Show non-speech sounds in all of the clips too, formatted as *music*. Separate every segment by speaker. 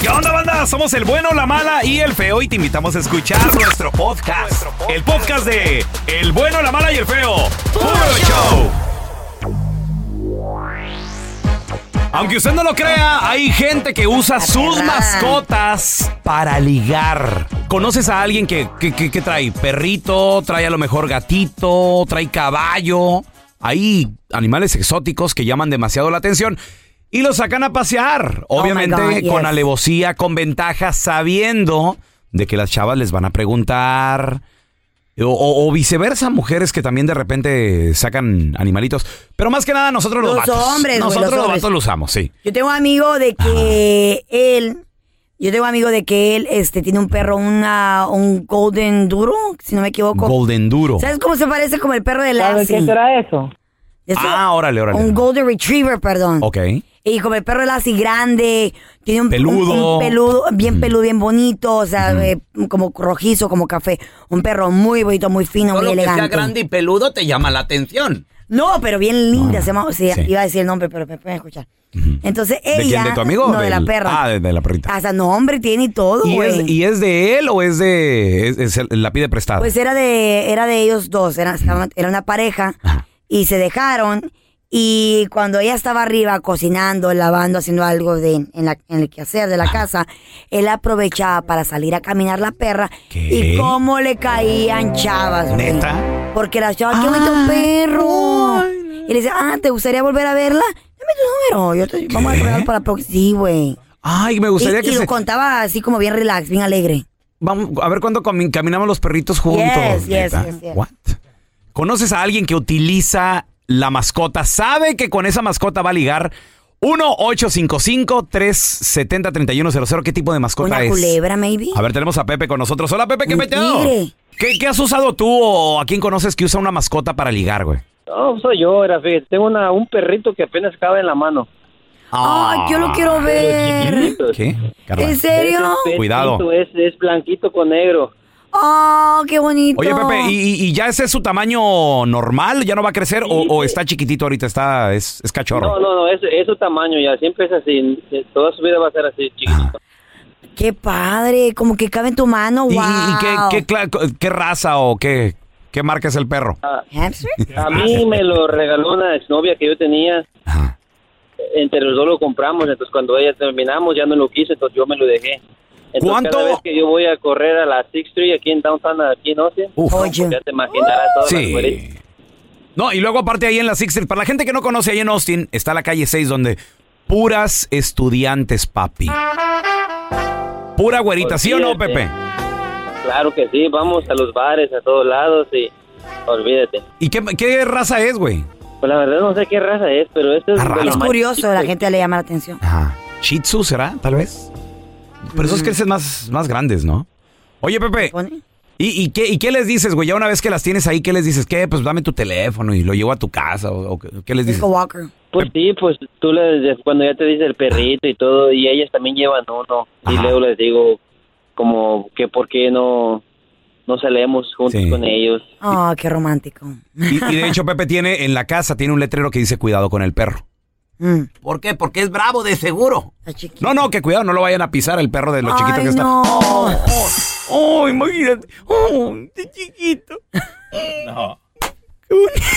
Speaker 1: ¿Qué onda, banda? Somos el bueno, la mala y el feo y te invitamos a escuchar nuestro podcast. El podcast de El bueno, la mala y el feo. ¡Puro show! Aunque usted no lo crea, hay gente que usa sus mascotas para ligar. ¿Conoces a alguien que, que- que- que trae perrito, trae a lo mejor gatito, trae caballo? Hay animales exóticos que llaman demasiado la atención y los sacan a pasear.
Speaker 2: Oh my
Speaker 1: Obviamente
Speaker 2: God,
Speaker 1: con
Speaker 2: yes.
Speaker 1: alevosía, con ventaja, sabiendo de que las chavas les van a preguntar. O, o- o viceversa, mujeres que también de repente sacan animalitos. Pero más que nada nosotros los,
Speaker 2: Los
Speaker 1: vatos.
Speaker 2: hombres, güey, los
Speaker 1: nosotros los
Speaker 2: hombres.
Speaker 1: vatos lo usamos, sí.
Speaker 2: Yo tengo un amigo de que él, yo tengo un amigo de que él este, tiene un perro, una, un Golden Duro, si no me equivoco.
Speaker 1: Golden Duro.
Speaker 2: ¿Sabes cómo se parece como el perro de
Speaker 3: ¿Sabes
Speaker 2: Lassie?
Speaker 3: qué será eso?
Speaker 2: Eso-
Speaker 1: Ah, órale, órale.
Speaker 2: un Golden Retriever, perdón.
Speaker 1: Ok.
Speaker 2: Y como el perro de Lassie grande, tiene un
Speaker 1: Peludo. Mm.
Speaker 2: un- un peludo, bien peludo, bien bonito, o sea, eh, como rojizo, como café. Un perro muy bonito, muy fino, muy elegante.
Speaker 1: y peludo te llama la atención.
Speaker 2: No, pero bien linda. se llama, o sea,
Speaker 1: Ah, sí.
Speaker 2: Iba a decir el nombre, pero me pueden escuchar. Entonces ella.
Speaker 1: ¿De quién? ¿De tu amigo? o
Speaker 2: No, de la
Speaker 1: del-
Speaker 2: perra.
Speaker 1: Ah, de, de la perrita.
Speaker 2: Hasta nombre tiene y todo,
Speaker 1: ¿Y es,
Speaker 2: güey.
Speaker 1: y es de él o es de. es- es el- la pide prestada?
Speaker 2: Pues era de, era de ellos dos, era, estaban- era una pareja
Speaker 1: Ajá.
Speaker 2: y se dejaron. Y cuando ella estaba arriba cocinando, lavando, haciendo algo de, en, la- en el quehacer de la casa, él aprovechaba para salir a caminar la perra.
Speaker 1: ¿Qué?
Speaker 2: Y cómo le caían chavas, güey.
Speaker 1: ¿Neta? Ah,
Speaker 2: Porque la chava, qué bonito perro. Y le dice, ah, ¿te gustaría volver a verla? Dame tu número. Yo te, vamos a regalar para la próxima. Sí, güey.
Speaker 1: Ay, me
Speaker 2: Y,
Speaker 1: gustaría que
Speaker 2: y
Speaker 1: se.
Speaker 2: lo contaba así como bien relax, bien alegre.
Speaker 1: Vamos a ver cuándo cami- caminamos los perritos juntos.
Speaker 2: Yes, yes,
Speaker 1: neta.
Speaker 2: yes, yes.
Speaker 1: What? ¿Conoces a alguien que utiliza la mascota? ¿Sabe que con esa mascota va a ligar? 1-855-370-3100. ¿Qué tipo de mascota
Speaker 2: Una
Speaker 1: es?
Speaker 2: culebra, maybe.
Speaker 1: A ver, tenemos a Pepe con nosotros. Hola, Pepe, ¿qué
Speaker 2: Un
Speaker 1: peteo?
Speaker 2: tigre.
Speaker 1: ¿Qué, ¿Qué has usado tú o a quién conoces que usa una mascota para ligar, güey?
Speaker 3: No, soy yo, era fíjate. Tengo una, un perrito que apenas cabe en la mano.
Speaker 2: Ay, yo lo quiero ver.
Speaker 3: Chiquitito.
Speaker 1: Ah. ¿Qué? Ah, Carla.
Speaker 2: ¿En serio?
Speaker 3: Es- es
Speaker 1: Cuidado.
Speaker 3: chiquito, Es, es blanquito con negro.
Speaker 2: Oh, qué bonito.
Speaker 1: Oye, Pepe, ¿y, y- y ya ese es su tamaño normal? ¿Ya no va a crecer? ¿O, o está chiquitito ahorita? Está, es, es cachorro.
Speaker 3: No, no, no, es, es su tamaño ya. Siempre es así. eh, Toda su vida va a ser así, chiquitito.
Speaker 2: Qué padre, como que cabe en tu mano, wow.
Speaker 1: ¿Y, y- y qué, qué cla- qué raza o qué, qué marca es el perro? *laughs*
Speaker 2: ¿Hamster?
Speaker 3: Ah, A mí me lo regaló una exnovia que yo tenía.
Speaker 1: Ajá.
Speaker 3: Entre los dos lo compramos. Entonces, cuando ella terminamos, ya no lo quise. Entonces, yo me lo dejé. Entonces,
Speaker 1: ¿Cuánto?
Speaker 3: Cada vez que yo voy a correr a la Sixth Street aquí en Downtown, aquí en Austin,
Speaker 1: Uf.
Speaker 2: Oye.
Speaker 3: ya te imaginarás todas las mujeres.
Speaker 1: Uh. Sí. No, y luego aparte ahí en la Sixth Street, para la gente que no conoce, ahí en Austin está la calle 6 donde puras estudiantes, papi. Pura güerita, ¿sí o no,
Speaker 3: Olvídate.
Speaker 1: Pepe?
Speaker 3: Claro que sí, vamos a los bares, a todos lados y olvídate.
Speaker 1: ¿Y qué, qué raza es, güey?
Speaker 3: Pues la verdad no sé qué raza es, pero este es...
Speaker 1: Ah,
Speaker 3: de
Speaker 1: raro.
Speaker 3: lo
Speaker 2: Es
Speaker 3: más
Speaker 2: curioso,
Speaker 3: chiquito.
Speaker 2: la gente le llama la atención.
Speaker 1: Ajá. Shih Tzu será, tal vez. Pero
Speaker 2: Mm.
Speaker 1: esos crecen más, más grandes, ¿no? Oye, Pepe,
Speaker 2: ¿Pone?
Speaker 1: ¿y, y qué, y qué les dices, güey? Ya una vez que las tienes ahí, ¿qué les dices? ¿Qué? Pues dame tu teléfono y lo llevo a tu casa. ¿O, o qué qué les dices?
Speaker 2: Disco Walker.
Speaker 3: Pues sí, pues tú les, cuando ya te dice el perrito y todo, y ellas también llevan uno, y
Speaker 1: Ajá.
Speaker 3: luego les digo como que por qué no, no salemos juntos
Speaker 1: Sí.
Speaker 3: con ellos.
Speaker 2: Oh, qué romántico.
Speaker 1: Y, y de hecho, Pepe tiene en la casa, tiene un letrero que dice cuidado con el perro.
Speaker 2: Mm,
Speaker 1: ¿Por qué? Porque es bravo, de seguro.
Speaker 2: está chiquito.
Speaker 1: No, no, que cuidado, no lo vayan a pisar el perro de lo
Speaker 2: Ay,
Speaker 1: chiquito que está.
Speaker 2: no.
Speaker 1: Oh, oh, oh, imagínate. Oh, qué chiquito. No. *laughs*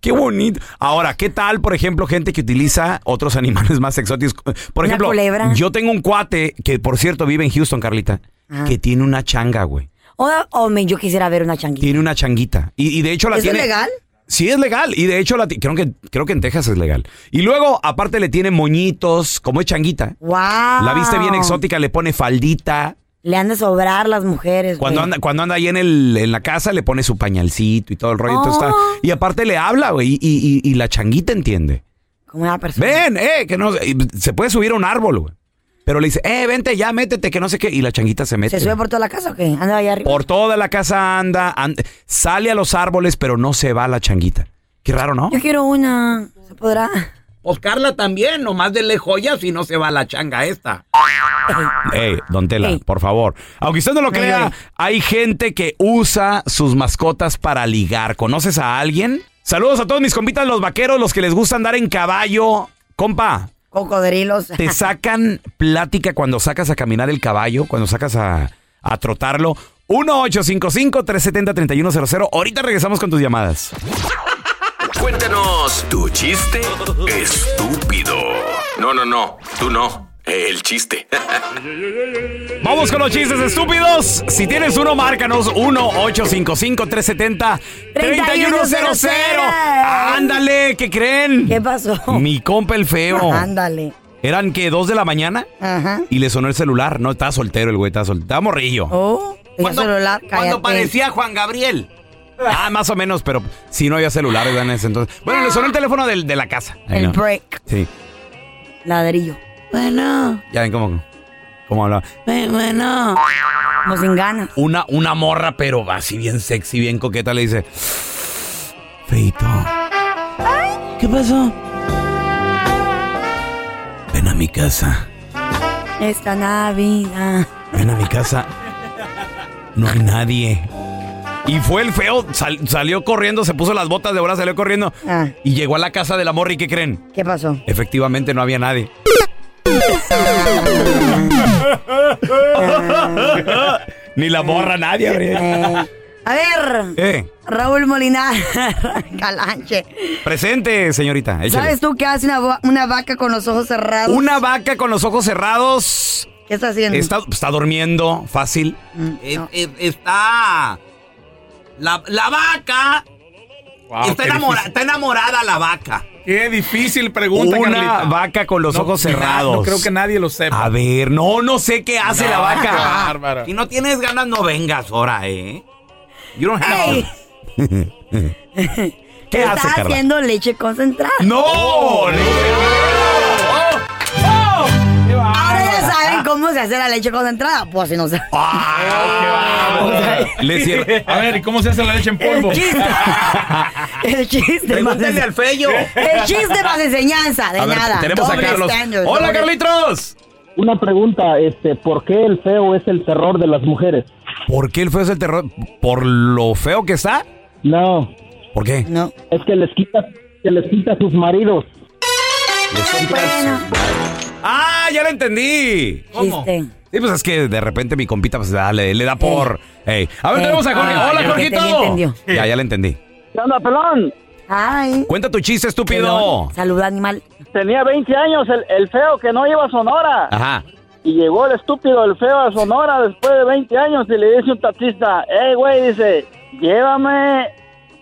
Speaker 1: Qué bonito. Ahora, ¿qué tal, por ejemplo, gente que utiliza otros animales más exóticos? Por
Speaker 2: Una
Speaker 1: ejemplo,
Speaker 2: culebra.
Speaker 1: yo tengo un cuate que, por cierto, vive en Houston, Carlita,
Speaker 2: Ajá.
Speaker 1: que tiene una changa, güey.
Speaker 2: Oh, oh, man, yo quisiera ver una changuita.
Speaker 1: Tiene una changuita. Y, y de hecho la
Speaker 2: ¿Eso es
Speaker 1: tiene.
Speaker 2: legal?
Speaker 1: Sí, es legal. Y de hecho, la ti- creo, que, creo que en Texas es legal. Y luego, aparte, le tiene moñitos, como es changuita.
Speaker 2: Wow.
Speaker 1: La viste bien exótica, le pone faldita.
Speaker 2: Le han de sobrar las mujeres.
Speaker 1: Cuando
Speaker 2: güey.
Speaker 1: anda, cuando anda ahí en, el, en la casa, le pone su pañalcito y todo el rollo. entonces está-
Speaker 2: Oh.
Speaker 1: y aparte le habla, güey. Y, y- y- y la changuita entiende.
Speaker 2: Como una persona.
Speaker 1: Ven, eh, que no. y se puede subir a un árbol, güey. Pero le dice, eh, vente ya, métete, que no sé qué. Y la changuita se mete.
Speaker 2: ¿Se sube
Speaker 1: güey.
Speaker 2: por toda la casa o qué? Anda allá arriba.
Speaker 1: Por toda la casa anda, and- sale a los árboles, pero no se va la changuita. Qué raro, ¿no?
Speaker 2: Yo quiero una. ¿Se podrá?
Speaker 1: Pues Carla también, nomás denle joyas y no se va la changa esta. Ey, don Tela,
Speaker 2: Ey.
Speaker 1: por favor. Aunque usted no lo
Speaker 2: No
Speaker 1: crea,
Speaker 2: llore.
Speaker 1: hay gente que usa sus mascotas para ligar. ¿Conoces a alguien? Saludos a todos mis compitas, los vaqueros, los que les gusta andar en caballo. Compa,
Speaker 2: Cocodrilos. *laughs*
Speaker 1: Te sacan plática cuando sacas a caminar el caballo, cuando sacas a, a trotarlo. 1-855-370-3100. Ahorita regresamos con tus llamadas.
Speaker 4: Cuéntanos tu chiste estúpido. No, no, no, tú no. El chiste. *laughs*
Speaker 1: Vamos con los chistes estúpidos. Si tienes uno, márcanos 1-855-370-3100. Ándale, ¿qué creen?
Speaker 2: ¿Qué pasó?
Speaker 1: Mi compa el feo.
Speaker 2: *laughs* Ándale.
Speaker 1: Eran que dos de la mañana
Speaker 2: Ajá.
Speaker 1: y le sonó el celular. No, estaba soltero el güey, estaba soltero. Estaba morrillo.
Speaker 2: Oh, tenía celular, cállate.
Speaker 1: Juan Gabriel. Ah, más o menos, pero si no había celular ¿verdad? en ese entonces. Bueno, le sonó el teléfono del- de la casa. Ahí
Speaker 2: El
Speaker 1: no.
Speaker 2: break,
Speaker 1: Sí,
Speaker 2: ladrillo. Bueno,
Speaker 1: ya ven cómo, cómo hablaba.
Speaker 2: bueno. Como sin ganas.
Speaker 1: Una, una morra, pero así bien sexy, bien coqueta, le dice... Feito. ¿Qué pasó? Ven a mi casa.
Speaker 2: Esta Navidad.
Speaker 1: Ven a mi casa. No hay nadie. Y fue el feo, sal- salió corriendo, se puso las botas de bola, salió corriendo.
Speaker 2: Ah.
Speaker 1: Y llegó a la casa de la morra y ¿qué creen?
Speaker 2: ¿Qué pasó?
Speaker 1: Efectivamente no había nadie. Ni la borra nadie, habría.
Speaker 2: Eh, a ver,
Speaker 1: Eh,
Speaker 2: Raúl Molinar, *laughs* Calanche.
Speaker 1: presente, señorita. échale.
Speaker 2: ¿Sabes tú qué hace una, va- una vaca con los ojos cerrados?
Speaker 1: Una vaca con los ojos cerrados
Speaker 2: ¿Qué está haciendo?
Speaker 1: está, está durmiendo, fácil.
Speaker 2: Mm, no.
Speaker 1: Eh, está. La, vaca Ah,
Speaker 5: está enamora-
Speaker 1: está enamorada la vaca.
Speaker 5: Qué difícil pregunta,
Speaker 1: Una
Speaker 5: Carlita.
Speaker 1: vaca con los
Speaker 5: No,
Speaker 1: ojos
Speaker 5: na-
Speaker 1: cerrados.
Speaker 5: No creo que nadie lo sepa.
Speaker 1: A ver, no, no sé qué hace
Speaker 5: No,
Speaker 1: la vaca. *laughs*
Speaker 5: qué bárbara. Si
Speaker 1: Ah, no tienes ganas, no vengas ahora, ¿eh? You don't have
Speaker 2: Ey.
Speaker 1: to. *laughs* ¿Qué hace,
Speaker 2: está
Speaker 1: Carla?
Speaker 2: haciendo leche concentrada.
Speaker 1: ¡No! ¡Oh!
Speaker 2: Ahora ya saben cómo se hace la leche concentrada. Pues si no saben.
Speaker 1: Ah, Le cierra.
Speaker 5: A ver, ¿y cómo se hace la leche en polvo?
Speaker 1: *laughs*
Speaker 2: El chiste. El chiste. Más, el
Speaker 1: fello.
Speaker 2: chiste más enseñanza. De
Speaker 1: A ver,
Speaker 2: nada.
Speaker 1: tenemos a
Speaker 2: Doble
Speaker 1: Carlos.
Speaker 2: estándar,
Speaker 1: ¡Hola,
Speaker 2: doble-
Speaker 1: Carlitos!
Speaker 6: Una pregunta, este, ¿por qué el feo es el terror de las mujeres?
Speaker 1: *laughs* ¿Por qué el feo es el terror? ¿Por lo feo que está?
Speaker 6: No,
Speaker 1: ¿Por qué?
Speaker 2: No.
Speaker 6: es que les quita, que les quita a sus maridos.
Speaker 2: Bueno,
Speaker 1: ¡Ah, ya lo entendí!
Speaker 2: chiste.
Speaker 1: Sí, pues es que de repente mi compita pues, da- le, le da por... Ey. A ver,
Speaker 2: Ey.
Speaker 1: tenemos a Jorge.
Speaker 2: Ah,
Speaker 1: ¡Hola,
Speaker 2: ya
Speaker 1: Jorgito!
Speaker 2: entendí, entendió.
Speaker 1: Ya, ya le entendí.
Speaker 6: ¿Qué onda, pelón?
Speaker 2: Ay.
Speaker 1: Cuenta tu chiste, estúpido.
Speaker 2: Pelón. Saluda, animal.
Speaker 6: Tenía 20 años el, el feo que no iba a Sonora.
Speaker 1: Ajá.
Speaker 6: Y llegó el estúpido, el feo a Sonora después de 20 años y le dice un taxista, hey, güey, dice, llévame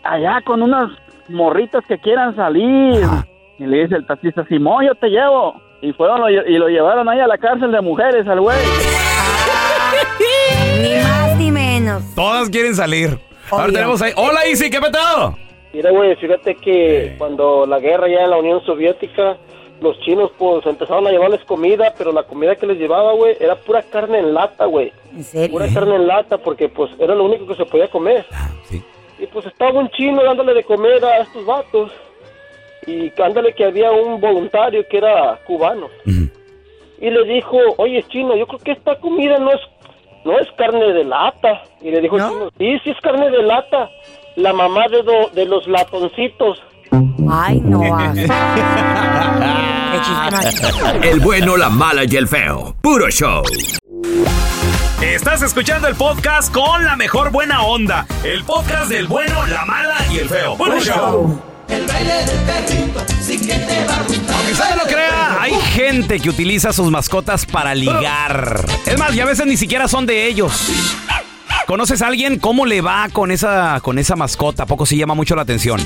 Speaker 6: allá con unas morritas que quieran salir.
Speaker 1: Ajá.
Speaker 6: Y le dice el taxista, Simón, yo te llevo. Y fueron lo lle- y lo llevaron ahí a la cárcel de mujeres al güey.
Speaker 2: Ni más ni menos.
Speaker 1: Todas quieren salir. A ver,
Speaker 2: Obvio.
Speaker 1: tenemos ahí... ¡Hola, Isi! ¿Qué petado?
Speaker 3: Mira, güey, fíjate que cuando la guerra ya en la Unión Soviética, los chinos pues empezaron a llevarles comida, pero la comida que les llevaba, güey, era pura carne en lata, güey.
Speaker 2: En serio.
Speaker 3: Pura carne en lata porque pues era lo único que se podía comer.
Speaker 1: Ah, sí.
Speaker 3: Y pues estaba un chino dándole de comer a estos vatos. Y ándale que había un voluntario que era cubano.
Speaker 1: Ujú.
Speaker 3: Y le dijo, oye chino, yo creo que esta comida no es, no es carne de lata. Y le dijo el
Speaker 2: ¿No?
Speaker 3: chino, sí, sí es carne de lata. La mamá de, do- de los latoncitos.
Speaker 2: Ay,
Speaker 1: *laughs*
Speaker 2: no. ah. Qué chiste más.
Speaker 4: El bueno, la mala y el feo. Puro show.
Speaker 1: Estás escuchando el podcast con la mejor buena onda. El podcast del bueno, la mala y el feo. Bueno, show. Aunque usted no lo crea, hay gente que utiliza sus mascotas para ligar. Es más, ya a veces ni siquiera son de ellos. ¿Conoces a alguien? ¿Cómo le va con esa, con esa mascota? ¿A poco sí llama mucho la atención?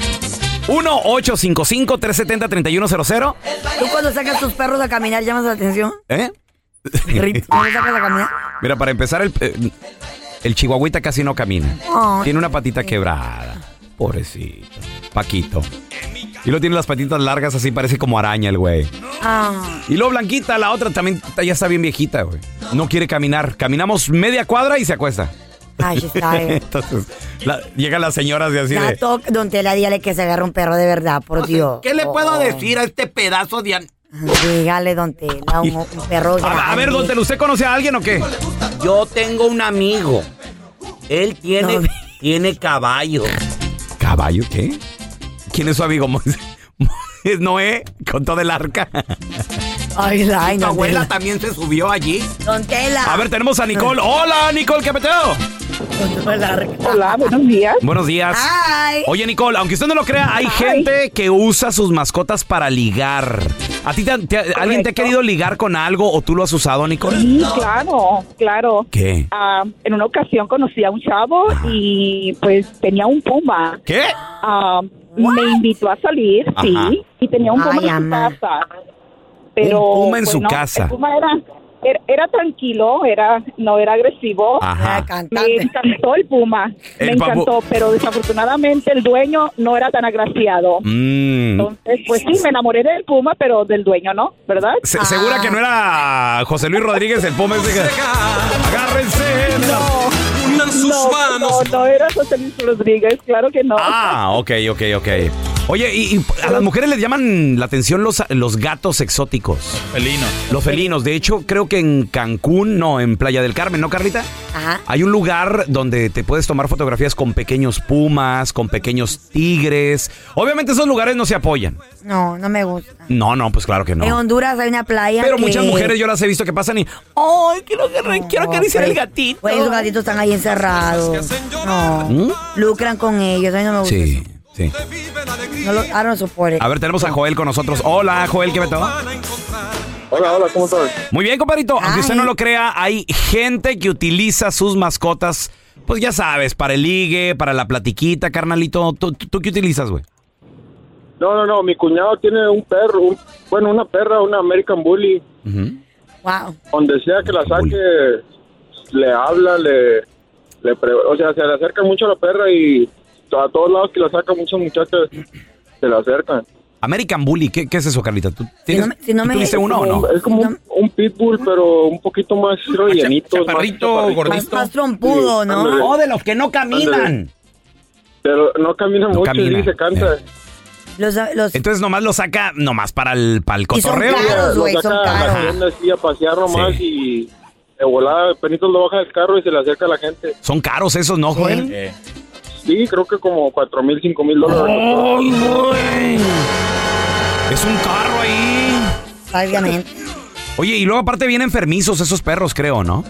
Speaker 1: 1-855-370-3100.
Speaker 2: ¿Tú cuando sacas tus perros a caminar llamas la atención?
Speaker 1: ¿Eh?
Speaker 2: Rito, ¿Cuándo sacas a caminar?
Speaker 1: *laughs* Mira, para empezar, el, eh, el chihuahuita casi no camina.
Speaker 2: Ay.
Speaker 1: tiene una patita quebrada. Pobrecito. Paquito. Y luego tiene las patitas largas así, parece como araña el güey.
Speaker 2: Ah,
Speaker 1: Y luego Blanquita, la otra también está- ya está bien viejita, güey. No quiere caminar. Caminamos media cuadra y se acuesta. *laughs*
Speaker 2: ay, está bien.
Speaker 1: Entonces, la- llegan las señoras de así
Speaker 2: Ya
Speaker 1: de...
Speaker 2: toca, don Tela, dígale que se agarra un perro de verdad, por Dios. Oh.
Speaker 1: a este pedazo de... an-
Speaker 2: Dígale, don Tela, un, un perro
Speaker 1: A, a ver,
Speaker 2: grande.
Speaker 1: don Tela, ¿usted conoce a alguien o qué?
Speaker 7: Yo tengo un amigo. Él tiene,
Speaker 2: No.
Speaker 7: tiene caballo.
Speaker 1: ¿Caballo *laughs* qué? ¿Quién es su amigo? Moisés- Moisés Noé, con todo el arca.
Speaker 2: Ay, la,
Speaker 7: ¿Y
Speaker 2: ay,
Speaker 7: tu
Speaker 2: don
Speaker 7: abuela
Speaker 2: Tela.
Speaker 7: también se subió allí.
Speaker 2: Don Tela.
Speaker 8: Ah.
Speaker 1: A ver, tenemos a Nicole. Hola, Nicole, ¿qué peteo?
Speaker 8: Hola, buenos días.
Speaker 1: Buenos días.
Speaker 2: Ay.
Speaker 1: Oye, Nicole, aunque usted no lo crea, hay gente que usa sus mascotas para ligar. ¿A ti te han- te- alguien te ha
Speaker 8: Correcto.
Speaker 1: querido ligar con algo o tú lo has usado, Nicole?
Speaker 8: Sí, claro, claro.
Speaker 1: ¿Qué?
Speaker 8: Ah, en una ocasión conocí a un chavo y pues tenía un puma.
Speaker 1: ¿Qué?
Speaker 8: Ah, me invitó a salir,
Speaker 1: Ajá.
Speaker 8: sí, y tenía un puma
Speaker 2: Ay,
Speaker 8: en su
Speaker 2: ama.
Speaker 8: casa. Pero,
Speaker 1: Un puma en
Speaker 8: pues,
Speaker 1: su
Speaker 8: no,
Speaker 1: casa.
Speaker 8: El puma era, era, era tranquilo, era no era agresivo.
Speaker 1: Ajá.
Speaker 2: Ah,
Speaker 8: Me
Speaker 2: cantante.
Speaker 8: encantó el puma,
Speaker 1: El
Speaker 8: me
Speaker 1: papu-
Speaker 8: encantó, pero desafortunadamente el dueño no era tan agraciado.
Speaker 1: Mm.
Speaker 8: Entonces, pues sí, me enamoré del puma, pero del dueño no, ¿verdad?
Speaker 1: Se- Segura que no era José Luis Rodríguez el Pome. ese que- Agárrense.
Speaker 4: Unan sus
Speaker 8: No, no, no era José Luis Rodríguez, claro que no.
Speaker 1: Ah, ok, ok, ok. Oye, y, y a las mujeres les llaman la atención los, los gatos exóticos,
Speaker 5: Felino.
Speaker 1: los felinos. De hecho, creo que en Cancún, no, en Playa del Carmen, ¿no, Carlita?
Speaker 2: Ajá.
Speaker 1: Hay un lugar donde te puedes tomar fotografías con pequeños pumas, con pequeños tigres. Obviamente esos lugares no se apoyan.
Speaker 2: No, no me gusta.
Speaker 1: No, no, pues claro que
Speaker 2: En
Speaker 1: no.
Speaker 2: Honduras hay una playa.
Speaker 1: Pero
Speaker 2: que-
Speaker 1: muchas mujeres yo las he visto que pasan y... ¡Ay, quiero, que- quiero acariciar
Speaker 2: pues,
Speaker 1: el gatito!
Speaker 2: Pues los gatitos están ahí encerrados. No.
Speaker 1: ¿Mm?
Speaker 2: Lucran con ellos. A mí no me gusta.
Speaker 1: Sí, sí.
Speaker 2: eso. No lo, I don't support it.
Speaker 1: A ver, tenemos a Joel con nosotros. Hola, Joel, ¿qué me
Speaker 3: Hola, hola, ¿cómo estás?
Speaker 1: Muy bien, compadrito. Aunque
Speaker 2: Ay.
Speaker 1: usted no lo crea, hay gente que utiliza sus mascotas, pues ya sabes, para el ligue, para la platiquita, carnalito. ¿Tú, tú- tú qué utilizas, güey?
Speaker 3: No, no, no, mi cuñado tiene un perro, un- bueno, una perra, una American Bully.
Speaker 2: Wow.
Speaker 3: Donde sea que la
Speaker 1: American
Speaker 3: saque, le habla, le, le pre- o sea, se le acerca mucho a la perra y a todos lados que la saca muchas muchachas se le acercan.
Speaker 1: American Bully, ¿qué, qué es eso, Carlita? ¿Tú, tienes,
Speaker 2: me- si no
Speaker 1: tú
Speaker 2: me-
Speaker 1: tuviste uno o no?
Speaker 3: Es como un, un pitbull, pero un poquito más
Speaker 1: Ah,
Speaker 3: rellenito. más
Speaker 5: chaparrito, gordito.
Speaker 2: Más, más trompudo,
Speaker 3: Sí,
Speaker 2: ¿no?
Speaker 3: ándale.
Speaker 1: Oh, de los que no caminan.
Speaker 3: Pero no camina
Speaker 1: No
Speaker 3: mucho
Speaker 1: camina,
Speaker 3: y se cansa.
Speaker 1: eh.
Speaker 2: Los, los,
Speaker 1: Entonces nomás lo saca, nomás para el, para el
Speaker 2: Y son
Speaker 1: cotorreo.
Speaker 2: caros.
Speaker 3: Lo
Speaker 2: güey,
Speaker 3: saca
Speaker 2: son
Speaker 3: a
Speaker 2: caros.
Speaker 3: la tienda así a pasear nomás y de volada, penitos lo baja del carro y se le acerca a la gente.
Speaker 1: Son caros esos, ¿no, Joel?
Speaker 5: Eh,
Speaker 3: Sí, creo que como cuatro mil, cinco mil dólares.
Speaker 1: ¡Ay, güey! Es un carro ahí.
Speaker 2: obviamente.
Speaker 1: Oye, y luego aparte vienen enfermizos esos perros, creo, ¿no?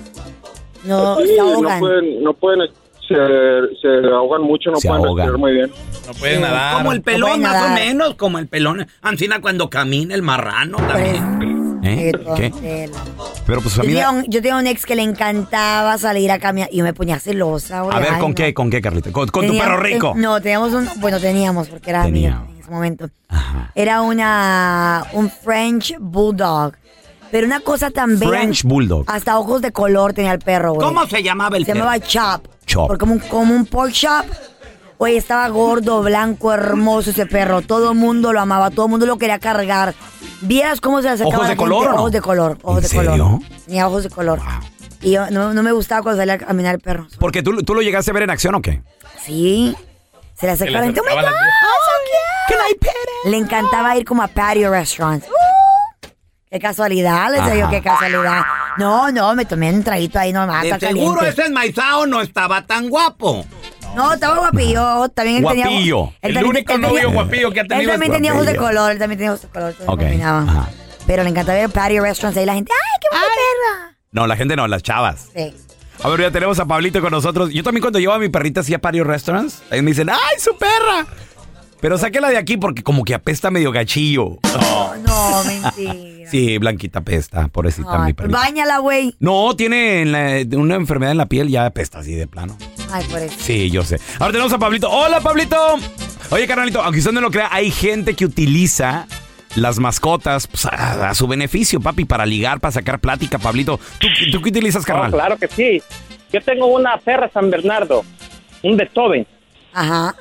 Speaker 2: No,
Speaker 3: Sí,
Speaker 2: se
Speaker 3: no
Speaker 2: ahogan.
Speaker 3: pueden, no pueden, se, se ahogan mucho, no
Speaker 1: Se
Speaker 3: pueden
Speaker 1: ahogan.
Speaker 3: respirar muy bien.
Speaker 5: no puede nadar.
Speaker 7: Como el
Speaker 2: No
Speaker 7: pelón,
Speaker 2: puede
Speaker 7: más o
Speaker 2: nadar.
Speaker 7: menos, como el pelón. Ancina cuando camina el marrano también.
Speaker 1: ¿Eh?
Speaker 2: Qué
Speaker 1: ¿Qué?
Speaker 2: tontera.
Speaker 1: Pero pues a
Speaker 2: Yo
Speaker 1: mí...
Speaker 2: tenía, un, yo tenía un ex que le encantaba salir a caminar y yo me ponía celosa. güey.
Speaker 1: A ver,
Speaker 2: Ay,
Speaker 1: ¿con
Speaker 2: no.
Speaker 1: qué, con qué, Carlita? ¿Con, con tu
Speaker 2: Teníamos-
Speaker 1: perro rico?
Speaker 2: ten- no, teníamos un. Bueno, teníamos porque era
Speaker 1: Teníamos.
Speaker 2: mío en ese momento.
Speaker 1: Ajá.
Speaker 2: Era una. Un French Bulldog. Pero una cosa tan bella.
Speaker 1: French Bulldog.
Speaker 2: Hasta ojos de color tenía el perro, güey.
Speaker 7: ¿Cómo se llamaba el
Speaker 2: Se
Speaker 7: perro?
Speaker 2: llamaba Chop.
Speaker 1: Chop.
Speaker 2: Porque como un, como un pork chop. Oye, estaba gordo, blanco, hermoso ese perro. Todo el mundo lo amaba, todo el mundo lo quería cargar. ¿Vieras cómo se le sacaba
Speaker 1: ¿Ojos de color o no?
Speaker 2: Ojos de color, ojos
Speaker 1: ¿En
Speaker 2: de
Speaker 1: serio?
Speaker 2: color. Tenía ojos de color. Y yo, no, no me gustaba cuando salía a caminar el perro.
Speaker 1: Porque tú, tú lo llegaste a ver en acción o qué?
Speaker 2: Sí. Se le acercaba la gente. ¡Oh, my
Speaker 5: acercaba
Speaker 2: God!
Speaker 5: las piernas.
Speaker 2: so cute! Le encantaba ir como a patio restaurants. ¡Uh! ¡Qué casualidad! Les digo,
Speaker 1: Ajá.
Speaker 2: qué casualidad. No, no, me tomé un traguito ahí nomás.
Speaker 7: De
Speaker 2: Ah, está
Speaker 7: seguro
Speaker 2: caliente.
Speaker 7: ese enmaizado no estaba tan guapo.
Speaker 2: No, estaba guapillo. También él tenía.
Speaker 1: Guapillo.
Speaker 2: él
Speaker 5: El
Speaker 2: también-
Speaker 5: único
Speaker 2: él tenía-
Speaker 5: novio guapillo que ha
Speaker 2: Él
Speaker 5: tenido. es-
Speaker 2: también tenía ojos de
Speaker 1: guapillo.
Speaker 2: color, él también tenía ojos de color. todo
Speaker 1: Ok,
Speaker 2: combinaba.
Speaker 1: ajá.
Speaker 2: Pero le encantaba ver patio restaurants ahí la gente. ¡Ay, qué buena
Speaker 1: No, la gente no, las chavas.
Speaker 2: perra! Sí.
Speaker 1: A ver, ya tenemos a Pablito con nosotros. Yo también cuando llevo a mi perrita así a Pario Restaurants, ahí me dicen, ¡ay, su perra! Pero sáquela de aquí porque como que apesta medio gachillo.
Speaker 2: Oh, No, mentira.
Speaker 1: Sí, Blanquita apesta, pobrecita
Speaker 2: Ay,
Speaker 1: mi
Speaker 2: pues
Speaker 1: perrita.
Speaker 2: báñala, güey.
Speaker 1: No, tiene en la- una enfermedad en la piel, ya apesta así de plano.
Speaker 2: Ay, por eso.
Speaker 1: Sí, yo sé. Ahora tenemos a Pablito. ¡Hola, Pablito! Oye, carnalito, aunque usted no lo crea, hay gente que utiliza las mascotas pues, a, a su beneficio, papi, para ligar, para sacar plática, Pablito. ¿Tú, tú qué utilizas,
Speaker 9: No,
Speaker 1: carnal?
Speaker 9: claro que sí. Yo tengo una perra San Bernardo, un Beethoven.
Speaker 2: Ajá.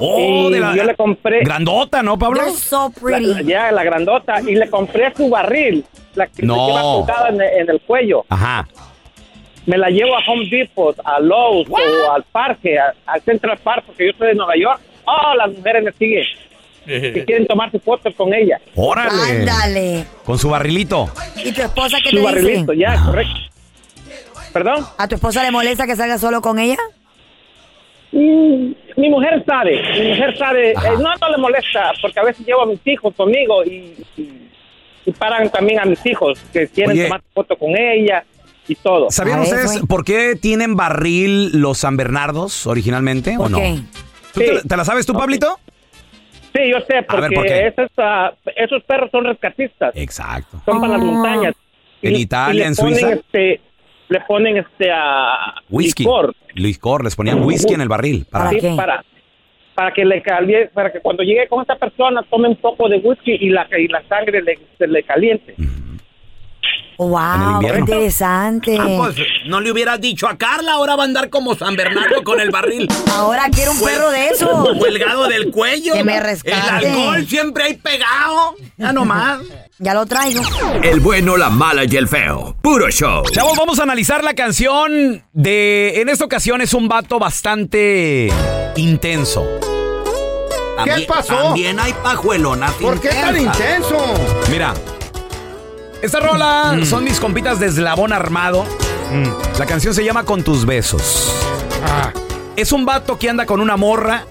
Speaker 1: ¡Oh,
Speaker 9: y
Speaker 1: de la
Speaker 9: yo le compré
Speaker 1: grandota, ¿no, Pablo?
Speaker 2: You're so
Speaker 9: la,
Speaker 2: pretty.
Speaker 9: ya la grandota y le compré su barril, la que
Speaker 1: No.
Speaker 9: se lleva colgada en, en el cuello.
Speaker 1: Ajá.
Speaker 9: Me la llevo a Home Depot, a Lowe's o al parque, a- al Central Park, porque yo soy de Nueva York. Oh, las mujeres
Speaker 1: *laughs*
Speaker 9: me siguen que quieren tomarse fotos con ella.
Speaker 1: Órale.
Speaker 2: Ándale.
Speaker 1: Con su barrilito.
Speaker 2: ¿Y tu esposa qué
Speaker 9: Su
Speaker 2: te dice?
Speaker 9: barrilito, ya, correcto.
Speaker 1: Ah.
Speaker 9: ¿Perdón?
Speaker 2: ¿A tu esposa le molesta que salga solo con ella?
Speaker 9: Mm, Mi mujer sabe, mi mujer sabe, eh, no, no le molesta, porque a veces llevo a mis hijos conmigo y, y- y paran también a mis hijos que quieren
Speaker 1: Oye.
Speaker 9: tomar foto con ella y todo.
Speaker 1: ¿Sabían ustedes por qué tienen barril los San Bernardos originalmente o
Speaker 9: ¿Por
Speaker 1: no?
Speaker 9: qué?
Speaker 1: ¿Tú te, te la sabes tú, Pablito?
Speaker 9: Sí, yo sé,
Speaker 1: A ver,
Speaker 9: porque
Speaker 1: ¿por qué?
Speaker 9: esos, ah, esos perros son rescatistas.
Speaker 1: Exacto.
Speaker 9: Son para las montañas.
Speaker 1: En
Speaker 9: Y- y
Speaker 1: Italia,
Speaker 9: le
Speaker 1: en
Speaker 9: ponen,
Speaker 1: Suiza.
Speaker 9: este, le ponen este a
Speaker 1: Whisky.
Speaker 9: licor.
Speaker 1: Licor, les ponían whisky en el barril. Para,
Speaker 9: Sí, para para que le calvie- para que cuando llegue con esta persona tome un poco de whisky y la y la sangre le, se le caliente.
Speaker 2: ¡Wow!
Speaker 7: invierno.
Speaker 2: Interesante.
Speaker 7: Ah, pues, no le hubieras dicho a Carla, ahora va a andar como San Bernardo con el
Speaker 1: *laughs*
Speaker 7: barril.
Speaker 2: Ahora quiero
Speaker 1: pues.
Speaker 2: un perro de esos.
Speaker 7: Cuelgado del cuello.
Speaker 2: Que me rescate.
Speaker 7: El alcohol siempre hay pegado. Ya nomás.
Speaker 2: Ya lo traigo.
Speaker 10: El bueno, la mala y el feo. Puro show.
Speaker 1: Chavos, vamos a analizar la canción de. En esta ocasión es un vato bastante intenso.
Speaker 7: También- También hay pajuelonas. intensas.
Speaker 1: Mira, esta rola son mis compitas de Eslabón Armado. La canción se llama Con tus besos.
Speaker 11: Ah,
Speaker 1: Es un vato que anda con una morra.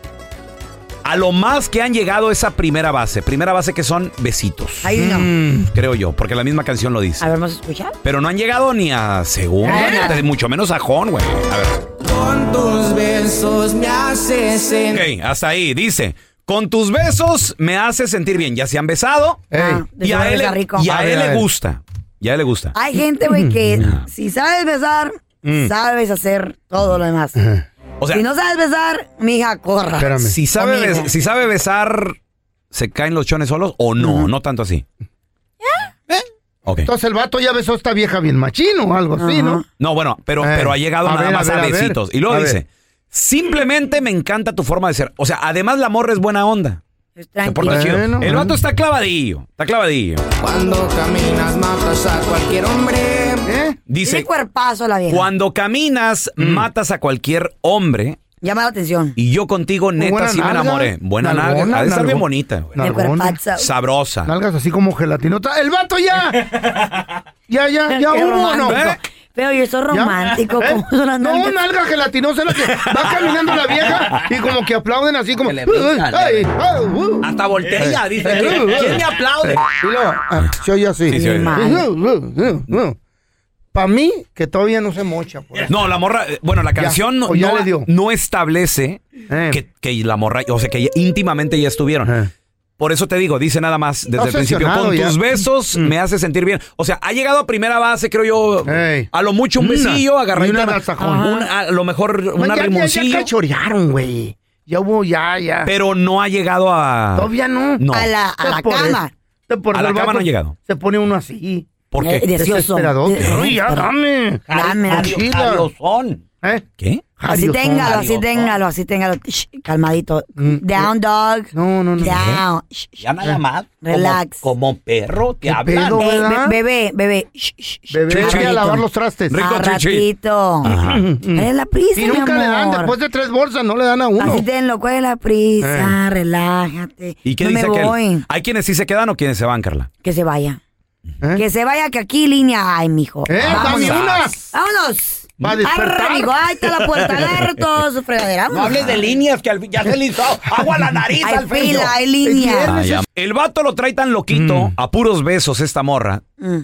Speaker 1: A lo más que han llegado es a primera base. Primera base que son besitos.
Speaker 2: Ahí no.
Speaker 1: Creo yo, porque la misma canción lo dice.
Speaker 2: A ver, Ah. vamos a escuchar.
Speaker 1: Pero no han llegado ni a segunda, ni a ter- mucho menos a Jon, güey. A ver.
Speaker 12: Con tus besos me haces en...
Speaker 1: Ok, hasta ahí. Dice, con tus besos me hace sentir bien. Ya se han besado.
Speaker 5: Ah,
Speaker 1: y
Speaker 2: seguro
Speaker 1: a él,
Speaker 2: está
Speaker 1: le-
Speaker 2: rico.
Speaker 1: y a
Speaker 2: A ver,
Speaker 1: él
Speaker 2: a
Speaker 1: le
Speaker 2: ver.
Speaker 1: gusta. Y a él le gusta.
Speaker 2: Hay gente, güey, que si sabes besar,
Speaker 1: Mm.
Speaker 2: sabes hacer todo lo demás.
Speaker 1: O sea-
Speaker 2: si no sabes besar, mija, corra.
Speaker 1: Si sabe,
Speaker 2: Amiga.
Speaker 1: bes- si sabe besar, ¿se caen los chones solos o no? No tanto así.
Speaker 11: Entonces el vato ya besó a esta vieja bien machino o algo así, ¿no?
Speaker 1: No, bueno, pero,
Speaker 11: Eh,
Speaker 1: pero ha llegado
Speaker 11: a
Speaker 1: nada
Speaker 11: ver, a
Speaker 1: más a,
Speaker 11: ver, a ver.
Speaker 1: besitos. y luego
Speaker 11: A
Speaker 1: dice,
Speaker 11: ver.
Speaker 1: simplemente me encanta tu forma de ser. O sea, además la morra es buena onda. Se porta
Speaker 12: tranquila.
Speaker 1: chido.
Speaker 12: Bueno,
Speaker 1: El
Speaker 12: bueno.
Speaker 1: vato está clavadillo, está clavadillo.
Speaker 12: Cuando caminas matas a cualquier hombre. ¿Eh?
Speaker 1: Dice,
Speaker 2: Cuerpazo la vieja.
Speaker 1: cuando caminas,
Speaker 11: Mm.
Speaker 1: matas a cualquier hombre.
Speaker 2: Llama la atención.
Speaker 1: Y yo contigo, neta,
Speaker 11: buena
Speaker 1: sí me
Speaker 11: nalga,
Speaker 1: enamoré. Buena
Speaker 11: nalgona,
Speaker 1: nalga. Ha de estar
Speaker 11: nalgona.
Speaker 1: bien bonita. güey.
Speaker 11: Nalgona.
Speaker 1: Sabrosa.
Speaker 11: Nalgas así como gelatinota. ¡El
Speaker 1: *laughs*
Speaker 11: vato ya! ya, ya, ya
Speaker 2: Qué
Speaker 11: hubo, ¿no?
Speaker 1: ¿Eh?
Speaker 2: romántico. Pero yo soy romántico.
Speaker 11: ¿Eh?
Speaker 2: ¿Cómo son las
Speaker 11: No,
Speaker 2: nalgas?
Speaker 11: nalga gelatinosa es la que va caminando la vieja y como que aplauden así como...
Speaker 12: brincan, le
Speaker 11: "Ay,
Speaker 12: brincan".
Speaker 11: ay, uh".
Speaker 12: Hasta voltea,
Speaker 11: Eh,
Speaker 12: dice,
Speaker 11: eh,
Speaker 12: ¿quién-
Speaker 11: uh, uh.
Speaker 12: quién me aplaude?
Speaker 11: Y luego, ah, se oye así.
Speaker 1: Sí, se oye. Mal.
Speaker 11: Para mí, que todavía no se mocha. pues.
Speaker 1: No, la morra, eh, bueno, la
Speaker 11: Ya,
Speaker 1: canción no,
Speaker 11: o ya
Speaker 1: no-
Speaker 11: le dio. Eh.
Speaker 1: no establece que, que la morra, o sea, que ya- íntimamente ya estuvieron. Por eso te digo, dice nada más desde el principio,
Speaker 11: obsesionado
Speaker 1: con
Speaker 11: ya. Mm.
Speaker 1: tus besos me hace sentir bien. O sea, ha llegado a primera base, creo yo, a lo mucho un
Speaker 11: Una.
Speaker 1: besillo,
Speaker 11: Y
Speaker 1: agarradita,
Speaker 11: una
Speaker 1: una-
Speaker 11: natajón.
Speaker 1: un- a lo mejor una
Speaker 11: ya, ya, ya
Speaker 1: rimoncilla,
Speaker 11: cachorearon, güey. Ya hubo, ya, ya.
Speaker 1: pero no ha llegado a...
Speaker 11: Todavía no.
Speaker 1: No.
Speaker 11: Entonces, por eso- entonces, por
Speaker 1: A
Speaker 11: eso
Speaker 1: la
Speaker 11: el
Speaker 1: cama
Speaker 11: vato
Speaker 1: no ha llegado.
Speaker 11: Se pone uno así.
Speaker 1: ¿Por qué?
Speaker 11: Eh, Desesperado. Ay, ya, dame.
Speaker 2: Dame, dame.
Speaker 11: Mochila. ¿Eh?
Speaker 1: ¿Qué?
Speaker 2: Así téngalo, así
Speaker 11: Jariosón.
Speaker 2: téngalo, así téngalo. Shh, calmadito. Down, dog.
Speaker 11: No, no, no.
Speaker 2: Down. Shh, shh.
Speaker 7: Llama la madre.
Speaker 2: Ah, Relax.
Speaker 7: Como, como perro te
Speaker 11: ¿Qué
Speaker 7: hablan.
Speaker 11: pedo,
Speaker 2: Ey,
Speaker 11: verdad?
Speaker 2: be- bebé, bebé. Shh, shh, shh.
Speaker 11: Ah. Bebé,
Speaker 2: A
Speaker 11: voy a
Speaker 2: ratito.
Speaker 11: lavar los trastes.
Speaker 2: A ratito. Dale la prisa,
Speaker 11: Y nunca
Speaker 2: mi
Speaker 11: le dan,
Speaker 2: amor.
Speaker 11: después de tres bolsas, no le dan a uno.
Speaker 2: Así tenlo, ¿cuál es la prisa? Relájate.
Speaker 1: Eh. ¿Y qué
Speaker 2: no
Speaker 1: dice
Speaker 2: me
Speaker 1: aquel?
Speaker 2: voy.
Speaker 1: ¿Hay quienes sí se quedan o quienes se van, Carla?
Speaker 2: Que se vaya.
Speaker 11: ¿Eh?
Speaker 2: Que se vaya, que aquí línea hay, mijo.
Speaker 1: Eh, dame una.
Speaker 2: ¡Vámonos!
Speaker 1: Va a despertar.
Speaker 2: Arre, mijo, ahí está la puerta. Agarro todo su fregadera.
Speaker 7: No hables de líneas, que al fin- ya se le hizo agua a la nariz.
Speaker 2: Hay
Speaker 7: al fin.
Speaker 2: pila, hay Mm. línea.
Speaker 1: Ah, ya. El vato lo trae tan loquito, a puros besos esta morra.
Speaker 2: Mm.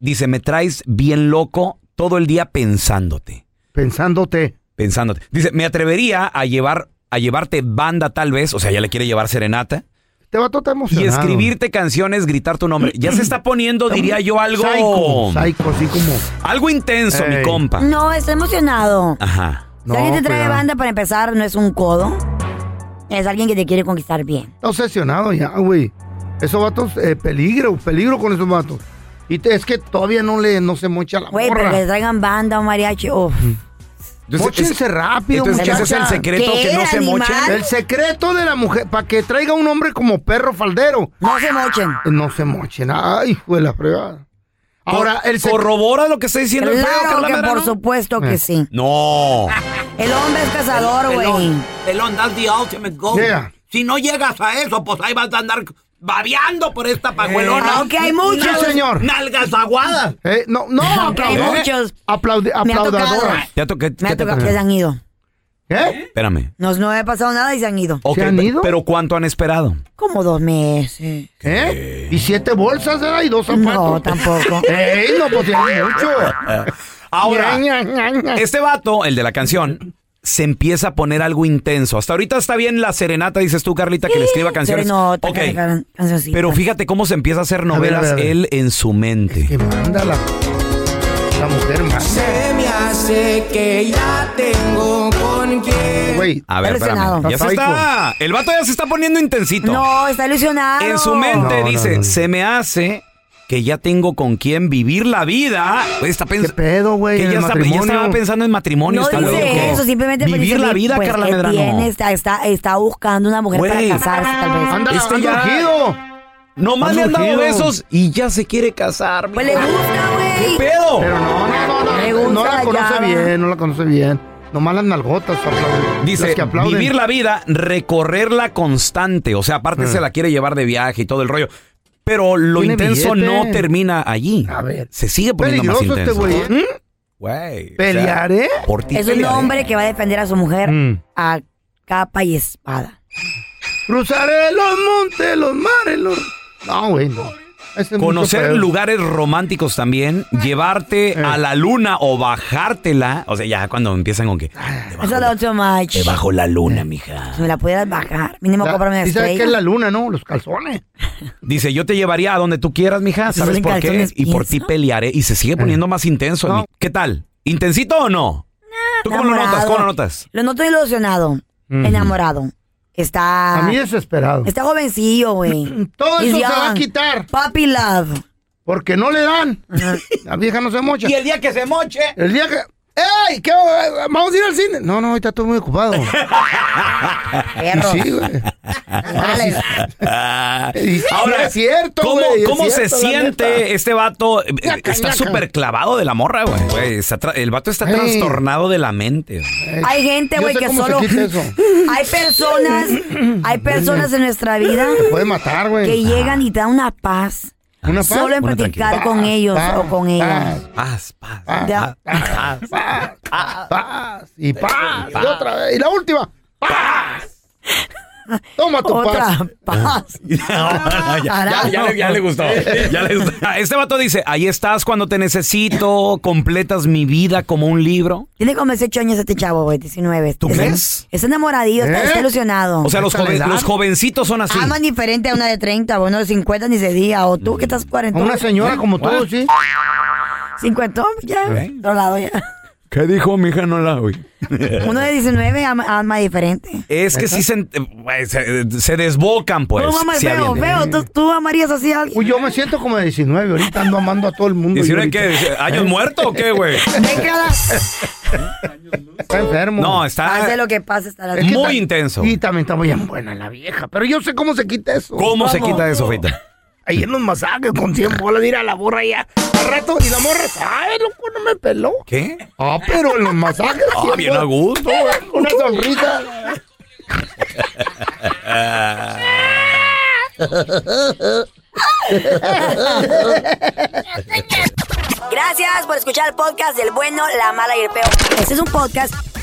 Speaker 1: Dice, me traes bien loco todo el día pensándote.
Speaker 11: Pensándote.
Speaker 1: Pensándote. Dice, me atrevería a llevar a llevarte banda tal vez, o sea, ya le quiere llevar serenata.
Speaker 11: Te va todo
Speaker 1: Y
Speaker 11: Este emocionado.
Speaker 1: escribirte canciones, gritar tu nombre. Ya se está poniendo, diría yo, algo...
Speaker 11: Psycho, psycho, así como...
Speaker 1: Algo intenso, mi
Speaker 11: Ey.
Speaker 1: compa.
Speaker 2: No, está emocionado.
Speaker 1: Ajá.
Speaker 2: Si alguien te trae banda para empezar, no es un codo. Es alguien que te quiere conquistar bien.
Speaker 11: Está obsesionado ya, güey. Esos vatos, eh, peligro, peligro con esos vatos. Y te- es que todavía no le no se mocha la
Speaker 2: Güey, pero
Speaker 11: morra.
Speaker 2: que te traigan banda o mariachi. uf.
Speaker 1: Entonces,
Speaker 11: Móchense
Speaker 1: es-
Speaker 11: rápido,
Speaker 1: entonces,
Speaker 11: muchacha.
Speaker 1: ese es el secreto, ¿Qué, que no se animal? mochen.
Speaker 11: El secreto de la mujer, para que traiga un hombre como perro faldero.
Speaker 2: No se mochen.
Speaker 11: No se mochen. Ay, hijo de la fregada. Ahora, el sec-
Speaker 1: ¿Corrobora lo que está diciendo el feo,
Speaker 2: Claro
Speaker 1: Carla
Speaker 2: que
Speaker 1: Medrano?
Speaker 2: por supuesto que
Speaker 1: Eh.
Speaker 2: sí.
Speaker 7: *laughs*
Speaker 1: No.
Speaker 2: El hombre es cazador, güey.
Speaker 7: Pelón, pelón, that's the ultimate goal.
Speaker 2: Yeah.
Speaker 7: Si no llegas a eso, pues ahí vas a andar babeando por esta pajuelona.
Speaker 2: Eh, aunque hay muchos.
Speaker 7: Nalgas-
Speaker 2: Sí, señor.
Speaker 7: Nalgas aguadas.
Speaker 11: Eh, no,
Speaker 1: *laughs*
Speaker 11: no,
Speaker 2: Aunque hay
Speaker 11: aplaudador.
Speaker 2: muchos.
Speaker 11: Aplaudi-
Speaker 2: Me ha tocado.
Speaker 11: aplaudadoras. ¿Eh?
Speaker 1: ¿Te ha tocado?
Speaker 2: Me ha
Speaker 1: ¿qué te
Speaker 2: tocado
Speaker 1: tocó?
Speaker 2: que se han ido.
Speaker 11: ¿Qué?
Speaker 1: Espérame.
Speaker 2: Nos no ha pasado nada y se han ido.
Speaker 1: Ok, pe- ¿Pero cuánto han esperado?
Speaker 2: Como dos meses.
Speaker 11: ¿Qué? ¿Eh? ¿Y siete bolsas era y dos
Speaker 2: zapatos?
Speaker 1: *laughs*
Speaker 2: No, tampoco.
Speaker 1: Eh,
Speaker 11: ¡Ey, no, pues tiene mucho!
Speaker 1: Ahora,
Speaker 11: Ña, Ña, Ña, Ña.
Speaker 1: este vato, el de la canción, se empieza a poner algo intenso. Hasta ahorita está bien la serenata, dices tú, Carlita, que le escriba canciones.
Speaker 2: Serenata,
Speaker 1: Ok,
Speaker 2: can- can- cancioncita.
Speaker 1: Pero fíjate cómo se empieza a hacer
Speaker 11: ver,
Speaker 1: novelas
Speaker 11: a ver, a ver.
Speaker 1: él en su mente.
Speaker 11: Ándala. La mujer más.
Speaker 12: Se me hace que ya tengo con quién.
Speaker 1: A ver,
Speaker 12: Está
Speaker 1: espérame.
Speaker 12: lesionado.
Speaker 1: Ya se
Speaker 12: Está
Speaker 1: está. El vato ya se está poniendo intensito.
Speaker 2: No, está ilusionado.
Speaker 1: En su mente
Speaker 2: No, no,
Speaker 1: dice,
Speaker 2: no, no.
Speaker 1: se me hace que ya tengo con quién vivir la vida. Güey, Está ¿Qué
Speaker 11: pedo, güey?
Speaker 1: Que
Speaker 11: en
Speaker 1: ya,
Speaker 11: el
Speaker 1: está- ya
Speaker 11: matrimonio.
Speaker 1: estaba pensando en matrimonio.
Speaker 2: No
Speaker 1: está
Speaker 2: dice
Speaker 1: loco.
Speaker 2: eso, simplemente pues,
Speaker 1: Vivir
Speaker 2: dice,
Speaker 1: la vida,
Speaker 2: pues,
Speaker 1: Carla
Speaker 2: ¿qué
Speaker 1: Medrano.
Speaker 2: tiene? está, está, está buscando una mujer
Speaker 1: Güey.
Speaker 2: para casarse, tal vez.
Speaker 1: Este ya- Nomás
Speaker 2: Han
Speaker 1: le han dado
Speaker 2: urgido.
Speaker 1: besos y ya se quiere casar.
Speaker 2: Pues le gusta, güey.
Speaker 1: ¿Qué pedo? Pero
Speaker 11: no, no, no, no. No la conoce bien, no la conoce bien. Nomás las nalgotas aplauden. Las
Speaker 1: Dice,
Speaker 11: que aplauden.
Speaker 1: vivir la vida, recorrerla constante. O sea, aparte se la quiere llevar de viaje y todo el rollo. Pero lo
Speaker 11: Ah. Tiene
Speaker 1: intenso
Speaker 11: billete.
Speaker 1: no termina allí. A ver. Se sigue poniendo más
Speaker 11: Peligroso este
Speaker 1: intenso.
Speaker 11: güey. ¿eh?
Speaker 1: Güey, o sea,
Speaker 11: Pelearé.
Speaker 1: por ti
Speaker 2: Es un
Speaker 1: pelearé.
Speaker 2: hombre que va a defender a su mujer
Speaker 1: Mm.
Speaker 2: a capa y espada.
Speaker 11: Cruzaré los montes, los mares, los... No, güey, no. Ese es mucho
Speaker 1: Conocer
Speaker 11: pedo. Eh.
Speaker 1: lugares románticos también, llevarte a la luna o bajártela. O sea, ya cuando empiezan con que.
Speaker 11: Ah.
Speaker 2: Eso da mucho más.
Speaker 1: Debajo eh, la luna, mija.
Speaker 2: Si me la pudieras bajar, mínimo cómprame
Speaker 11: ¿Y sabes
Speaker 2: estrella.
Speaker 11: qué es la luna, no? Los calzones.
Speaker 1: Dice, yo te llevaría a donde tú quieras, mija.
Speaker 11: Esos
Speaker 1: ¿Sabes
Speaker 11: en
Speaker 1: por qué?
Speaker 11: calzones
Speaker 1: Y por ti pelearé. Y se sigue poniendo más intenso.
Speaker 11: No.
Speaker 1: mi- ¿Qué tal? ¿Intensito o no? ¿Tú cómo lo
Speaker 2: enamorado.
Speaker 1: notas? ¿Cómo lo notas?
Speaker 2: Lo noto ilusionado,
Speaker 1: Ujú.
Speaker 2: enamorado. Está.
Speaker 11: Mm. A mí desesperado.
Speaker 2: Ah. Está jovencillo, güey.
Speaker 11: *clears throat* Todo
Speaker 2: He's
Speaker 11: eso se va a
Speaker 2: young.
Speaker 11: quitar.
Speaker 2: Papi love.
Speaker 11: Porque no le dan. La vieja no se mocha.
Speaker 7: Y el día que se
Speaker 1: *laughs*
Speaker 7: moche.
Speaker 11: El día que... ¡Ey! ¿Qué? ¿Vamos a ir al cine? No, no, ahorita estoy
Speaker 2: *laughs*
Speaker 11: muy ocupado. Y sí, güey. Ah, Y sí, no
Speaker 1: Ahora,
Speaker 11: es cierto,
Speaker 1: ¿cómo,
Speaker 11: güey, es
Speaker 1: cómo se
Speaker 11: cierto, la neta.
Speaker 1: siente este vato? Eh, eh,
Speaker 11: Ñaca,
Speaker 1: Está
Speaker 11: ñaca.
Speaker 1: súper clavado de la morra, güey. Güey, está tra- El vato está
Speaker 11: Ey.
Speaker 1: trastornado de la mente. güey.
Speaker 2: Hay gente,
Speaker 11: Yo
Speaker 2: güey,
Speaker 11: sé
Speaker 2: que
Speaker 11: cómo se
Speaker 2: solo.
Speaker 11: quita eso.
Speaker 2: *clears throat* Hay
Speaker 11: *clears throat*
Speaker 2: personas, hay personas en nuestra vida
Speaker 11: Te puede matar, güey.
Speaker 2: *laughs* que llegan y te dan una paz.
Speaker 11: pues, ah. Una paz.
Speaker 2: Solo en
Speaker 11: Una
Speaker 2: platicar
Speaker 11: tranquilidad.
Speaker 2: con
Speaker 11: Paz,
Speaker 2: ellos
Speaker 11: paz, Ah.
Speaker 2: o con ellas.
Speaker 1: Paz, paz.
Speaker 11: Paz,
Speaker 2: Ya.
Speaker 11: paz, paz, paz, paz, y paz, y otra vez. Y la última, paz. Toma tu
Speaker 2: Otra
Speaker 1: *laughs*
Speaker 2: paz.
Speaker 1: No, no, Ah, ya, ya- *laughs* ya le- ya le gustó. Ya le gustó. Este vato dice, ahí estás cuando te necesito, completas mi vida como un libro.
Speaker 2: Tiene como 18 años este chavo, güey, 19. ¿Tú
Speaker 1: crees?
Speaker 2: Es enamoradillo, está,
Speaker 1: ¿Eh?
Speaker 2: está ilusionado.
Speaker 1: O sea, los, joven-
Speaker 2: jóvenes
Speaker 1: los jovencitos son así.
Speaker 2: Aman diferente a una de 30, o uno de 50 ni se diga, o tú que estás 40.
Speaker 11: Una señora como tú, sí.
Speaker 2: 50, pues ya.
Speaker 1: ¿Eh?
Speaker 2: Otro
Speaker 1: *laughs*
Speaker 2: lado ya.
Speaker 1: ¿Qué dijo mi hija? No la
Speaker 2: Uno de 19 ama, ama diferente.
Speaker 1: Es que sí se, ent- eh, güey, se, se desbocan, pues.
Speaker 2: No, mamá,
Speaker 1: se
Speaker 2: veo,
Speaker 1: avientan.
Speaker 2: veo. ¿Tú, tú amarías así a alguien?
Speaker 11: Uy, yo me siento como de 19, ahorita ando amando a todo el mundo.
Speaker 1: ¿19
Speaker 11: yo ahorita.
Speaker 1: qué? ¿Años
Speaker 11: ¿Eh?
Speaker 1: muerto o qué, güey? *laughs*
Speaker 11: Está enfermo.
Speaker 1: No, está-
Speaker 2: Pase lo que pase, estará
Speaker 11: Es que
Speaker 1: Ah. Muy
Speaker 11: ta-
Speaker 1: intenso.
Speaker 11: Y también está muy buena la vieja, pero yo sé cómo se quita eso.
Speaker 1: ¿Cómo se quita eso, Fita?
Speaker 11: Ahí en los masajes con 100 bolas de ir a la borra allá. Al rato, y la morra, ay, loco, no me peló.
Speaker 1: ¿Qué?
Speaker 11: Ah, pero en los masajes.
Speaker 1: Ah,
Speaker 11: 100
Speaker 1: bien
Speaker 11: bolas.
Speaker 1: a gusto. ¿eh?
Speaker 11: No, Una sonrisa.
Speaker 2: Gracias por escuchar el podcast del bueno, la mala y el peor. Este es un podcast